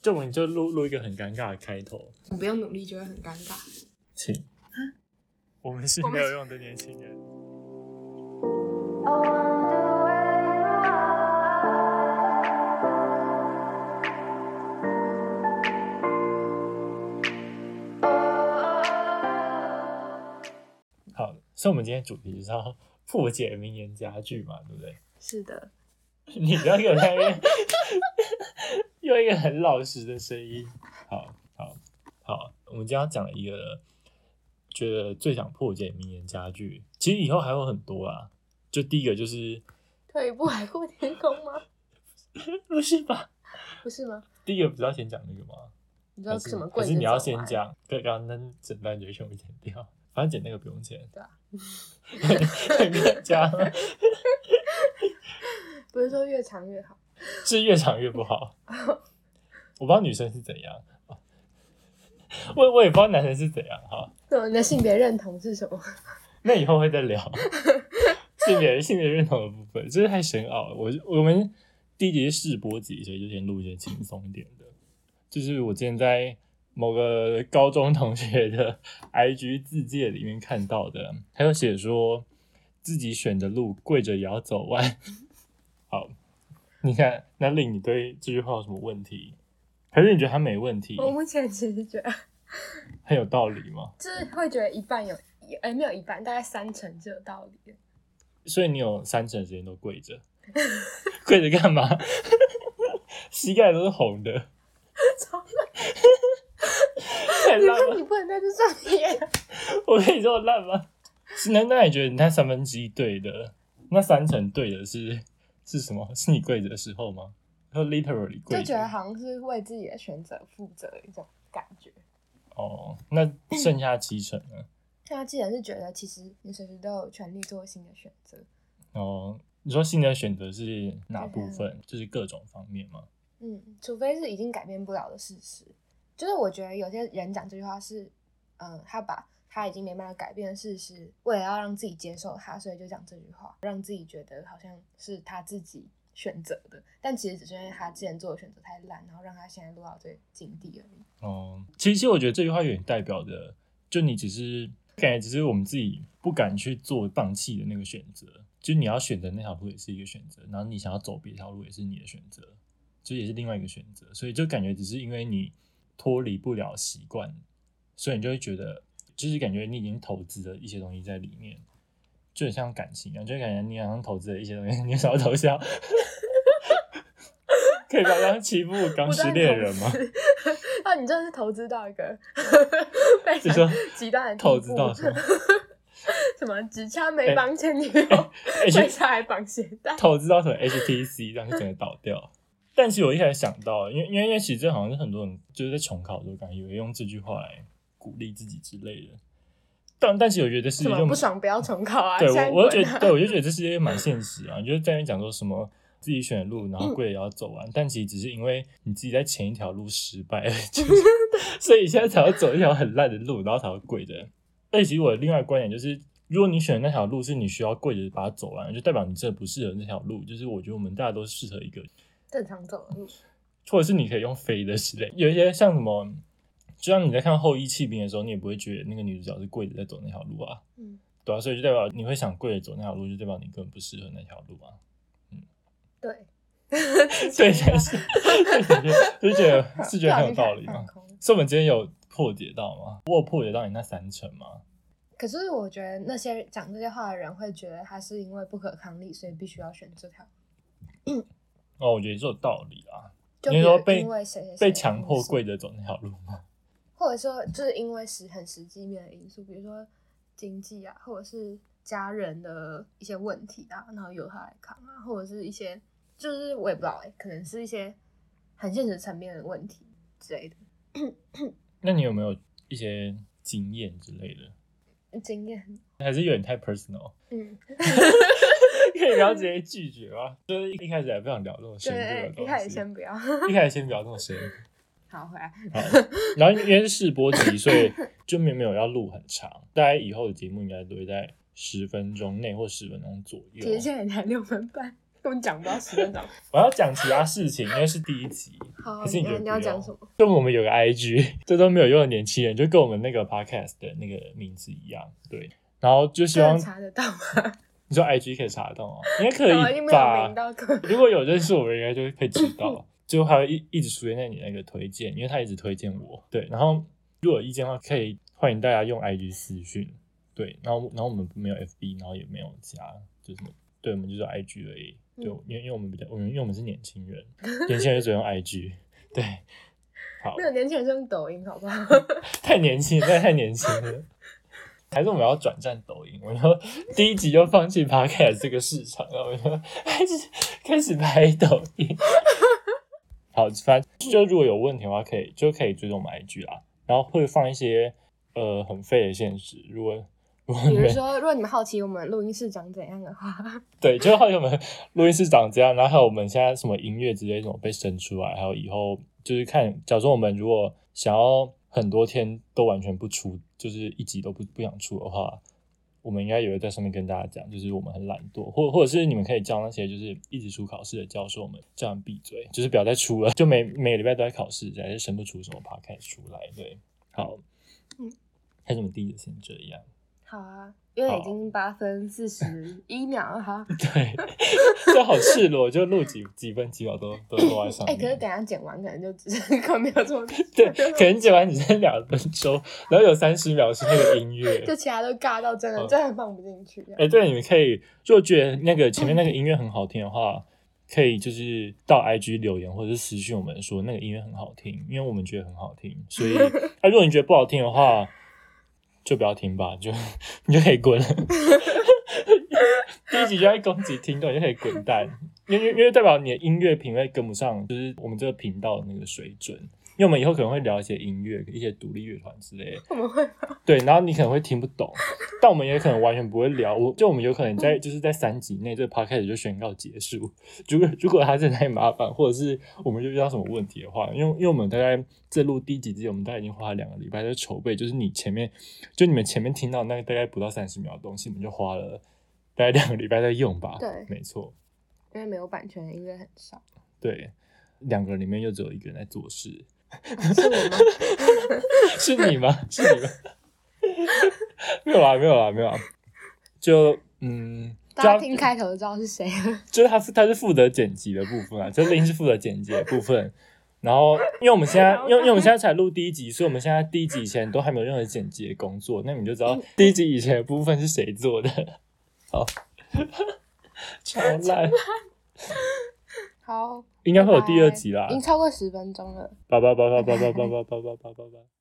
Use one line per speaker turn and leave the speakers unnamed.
这种你就录录一个很尴尬的开头，
我不用努力就会很尴尬。
请。啊我们是
我们
没有用的年轻人。好，所以我们今天主题是要破解名言佳句嘛，对不对？
是 的，
你不要给我在那边用一个很老实的声音。好好好，我们今天要讲一个觉得最想破解名言佳句，其实以后还有很多啊。就第一个就是
退一步 海阔天空吗？
不是吧？
不是吗？
第一个不是要先讲那个吗？
你知道
还
什
是
么
还
贵？
是你要先。讲？对，刚刚那整段就全部剪掉，反正剪那个不用钱。
对啊
更加
不是说越长越好？
是越长越不好。我不知道女生是怎样，我我也不知道男生是怎样哈。
对，你的性别认同是什么？
那以后会再聊 性别性别认同的部分，真是太深奥了。我我们第一集是试播集，所以就先录一些轻松一点的。就是我之前在某个高中同学的 IG 字界里面看到的，他有写说自己选的路跪着也要走完。 好，你看，那令你对这句话有什么问题？还是你觉得他没问题，
我目前其实觉得，
很有道理吗？
就是会觉得一半有，哎、没有一半，大概三成是有道理的。
所以你有三成的时间都跪着，跪着干嘛？膝盖都是红的，
超
太
你
烂
不，
了！
你不能在这上面。
我跟你说烂吗？是那那你觉得你那三分之一对的，那三成对的是是什么？是你跪着的时候吗？说 literally 跪
就
着，
觉得好像是为自己的选择负责的一种感觉。
哦，那剩下七成呢？
但他既然是觉得，其实你随时都有权利做新的选择，
哦，你说新的选择是哪部分？就是各种方面吗？
嗯，除非是已经改变不了的事实。就是我觉得有些人讲这句话是，嗯、他把他已经没办法改变的事实，为了要让自己接受他，所以就讲这句话，让自己觉得好像是他自己选择的，但其实只是因为他之前做的选择太烂，然后让他现在落到这个境地而已。
哦，其实我觉得这句话有点代表着，就你只是感觉只是我们自己不敢去做放弃的那个选择，就你要选择那条路也是一个选择，然后你想要走别条路也是你的选择，就也是另外一个选择，所以就感觉只是因为你脱离不了习惯，所以你就会觉得，就是感觉你已经投资了一些东西在里面，就很像感情一样，就感觉你好像投资了一些东西，你想要 投销。可以把它欺负刚
不
失
断
恋
投
人吗？
资？ 啊，你真的是投资到一 个非
就说
常 极端的地
投资
步
到什么？ 哎
什么只差没绑前女友， 会
H
差还绑鞋带。
投资到什么 HTC，让整个倒掉。 但其实我一开始想到，因为因为因为其实这好像是很多人就是在重考的时候，感觉以为用这句话来鼓励自己之类的。但但其实我觉得这世界
什么
就
不爽不要重考啊！
对
现在
我我就
滚
觉
啊
得对我就觉得这世界蛮现实啊，就是在那边讲说什么自己选的路，然
嗯
后跪也要走完，但其实只是因为你自己在前一条路失败， 就是所以现在才要走一条很烂的路，然后才要跪着。但其实我的另外一个观点就是，如果你选的那条路是你需要跪着把它走完，就代表你真的不适合那条路。就是我觉得我们大家都适合一个
正常走的路，
或者是你可以用飞的之类，有一些像什么，就像你在看《后羿弃兵》的时候，你也不会觉得那个女主角是跪着在走那条路啊，
嗯，
对啊，所以就代表你会想跪着走那条 路，就啊代表你根本不适合那条路啊，
对，
所以才是，所以就觉得是觉得很有道理吗
不小心放？空
所以我们今天有破解到吗？我有破解到你那三成吗？
可是我觉得那些讲这些话的人会觉得他是因为不可抗力，所以必须要选这条。
哦，我觉得是有道理啊。
就
你
比
说
如
被
因为谁谁谁
被强迫跪
的，
着走那条路吗？
或者说就是因为实很实际面的因素，比如说经济啊，或者是家人的一些问题啊，然后由他来扛啊，或者是一些就是我也不知道哎、可能是一些很现实层面的问题之类的。
那你有没有一些经验之类 的？
经验，
还是有点太 personal，
嗯，
可以不要直接拒绝吗？就是一开始还不想聊这种深入的
对，
东西，
一开始先不要。 啊
一开始先不要这么深入。
好，回来。
好，然后因为是试播集，所 以就没没有要录很长，大概以后的节目应该都会在十分钟内或十分钟左右
其。实现在才六分半，根本讲不到十分钟。
我要讲其他事情，因为是第一集。
好啊，
可是
你
你觉得
你要
不用
讲什么？
就我们有个 IG，这都没有用的年轻人，就跟我们那个 podcast 的那个名字一样，对。然后就希
真
望
的查得到吗？
你说 IG 可以查得到吗？应该可
好啊因为
以
没有
吧
名？到可
如果有认识我的，应该就会可以知 道。就还有一一直出现在你那个推荐，因为他一直推荐我。对，然后如果有意见的话，可以欢迎大家用 IG 私讯。对，然后然后我们没有 FB，然后也没有加，就是对，我们就是 IG 而已。对，
嗯
因为因为我们比较，我们因为我们是年轻人，年轻人就只用 IG。对， 好
没，有年轻人是用抖音，好 不好？
太年轻，真的太年轻了。还是我们要转战抖音？我说第一集就放弃 podcast 这个市场，然后我说开始开始拍抖音。 好，反正就如果有问题的话，可以就可以追踪我们 IG 啦，啊然后会放一些呃很废的现实。如果如果
比
你
如
们
说，如果你们好奇我们录音室长怎样的话，
对，就好像我们录音室长这样，然后还有我们现在什么音乐之类什么被生出来，还有以后就是看，假如说我们如果想要很多天都完全不出，就是一集都不不想出的话，我们应该也会在上面跟大家讲，就是我们很懒惰，或或者是你们可以叫那些就是一直出考试的教授们这样闭嘴，就是不要再出了，就每每个礼拜都在考试，还是生不出什么 p o d 出来。对，好，
嗯，
还是我们第一集先这样。
好啊，因为已经八分四十一秒了，啊 哈。
对，就好赤裸，就录几几分几秒都都落在上
哎、
面。
可是等一下剪完可能就只剩可能没有这 么
对，可能剪完只剩两分钟，然后有三十秒是那个音乐。
就其他都尬到真的
嗯
真的放不进去这样。啊
哎、对，你们可以，如果觉得那个前面那个音乐很好听的话，可以就是到 IG 留言或者是私信我们说那个音乐很好听，因为我们觉得很好听。所以，啊，如果你觉得不好听的话，就不要听吧，就 你就可以滚了。第一集就在攻击听众，你就可以滚蛋，因为因为代表你的音乐品味跟不上，就是我们这个频道的那个水准。因为我们以后可能会聊一些音乐、一些独立乐团之类的，
我们会
对，然后你可能会听不懂，但我们也可能完全不会聊。我就我们有可能在
嗯
就是在三集内这个 podcast 就宣告结束。如果如果它真的太麻烦，或者是我们就遇到什么问题的话，因为因为我们大概在录第几集之前，我们大概已经花了两个礼拜在筹备，就是你前面就你们前面听到那个大概不到三十秒的东西，我们就花了大概两个礼拜在用吧。
对
没错，
因为没有版权，音乐很少，
对，两个人里面又只有一个人在做事，
是我 吗？
是你吗？ 是你吗？没有啦，没有啊啦，没有啦。就嗯，
大家
就他
听开头就知道是谁了。
就是他是他是负责剪辑的部分啊，就林是负责剪辑的部分。然后，因为我们现在，因为因为我们现在才录第一集，所以我们现在第一集以前都还没有任何剪辑的工作，那你们就知道第一集以前的部分是谁做的。 好，超烂，
好，
应该会有
拜拜
第二集啦
已。经超过十分钟了。
叭叭叭叭叭叭叭叭叭叭叭叭。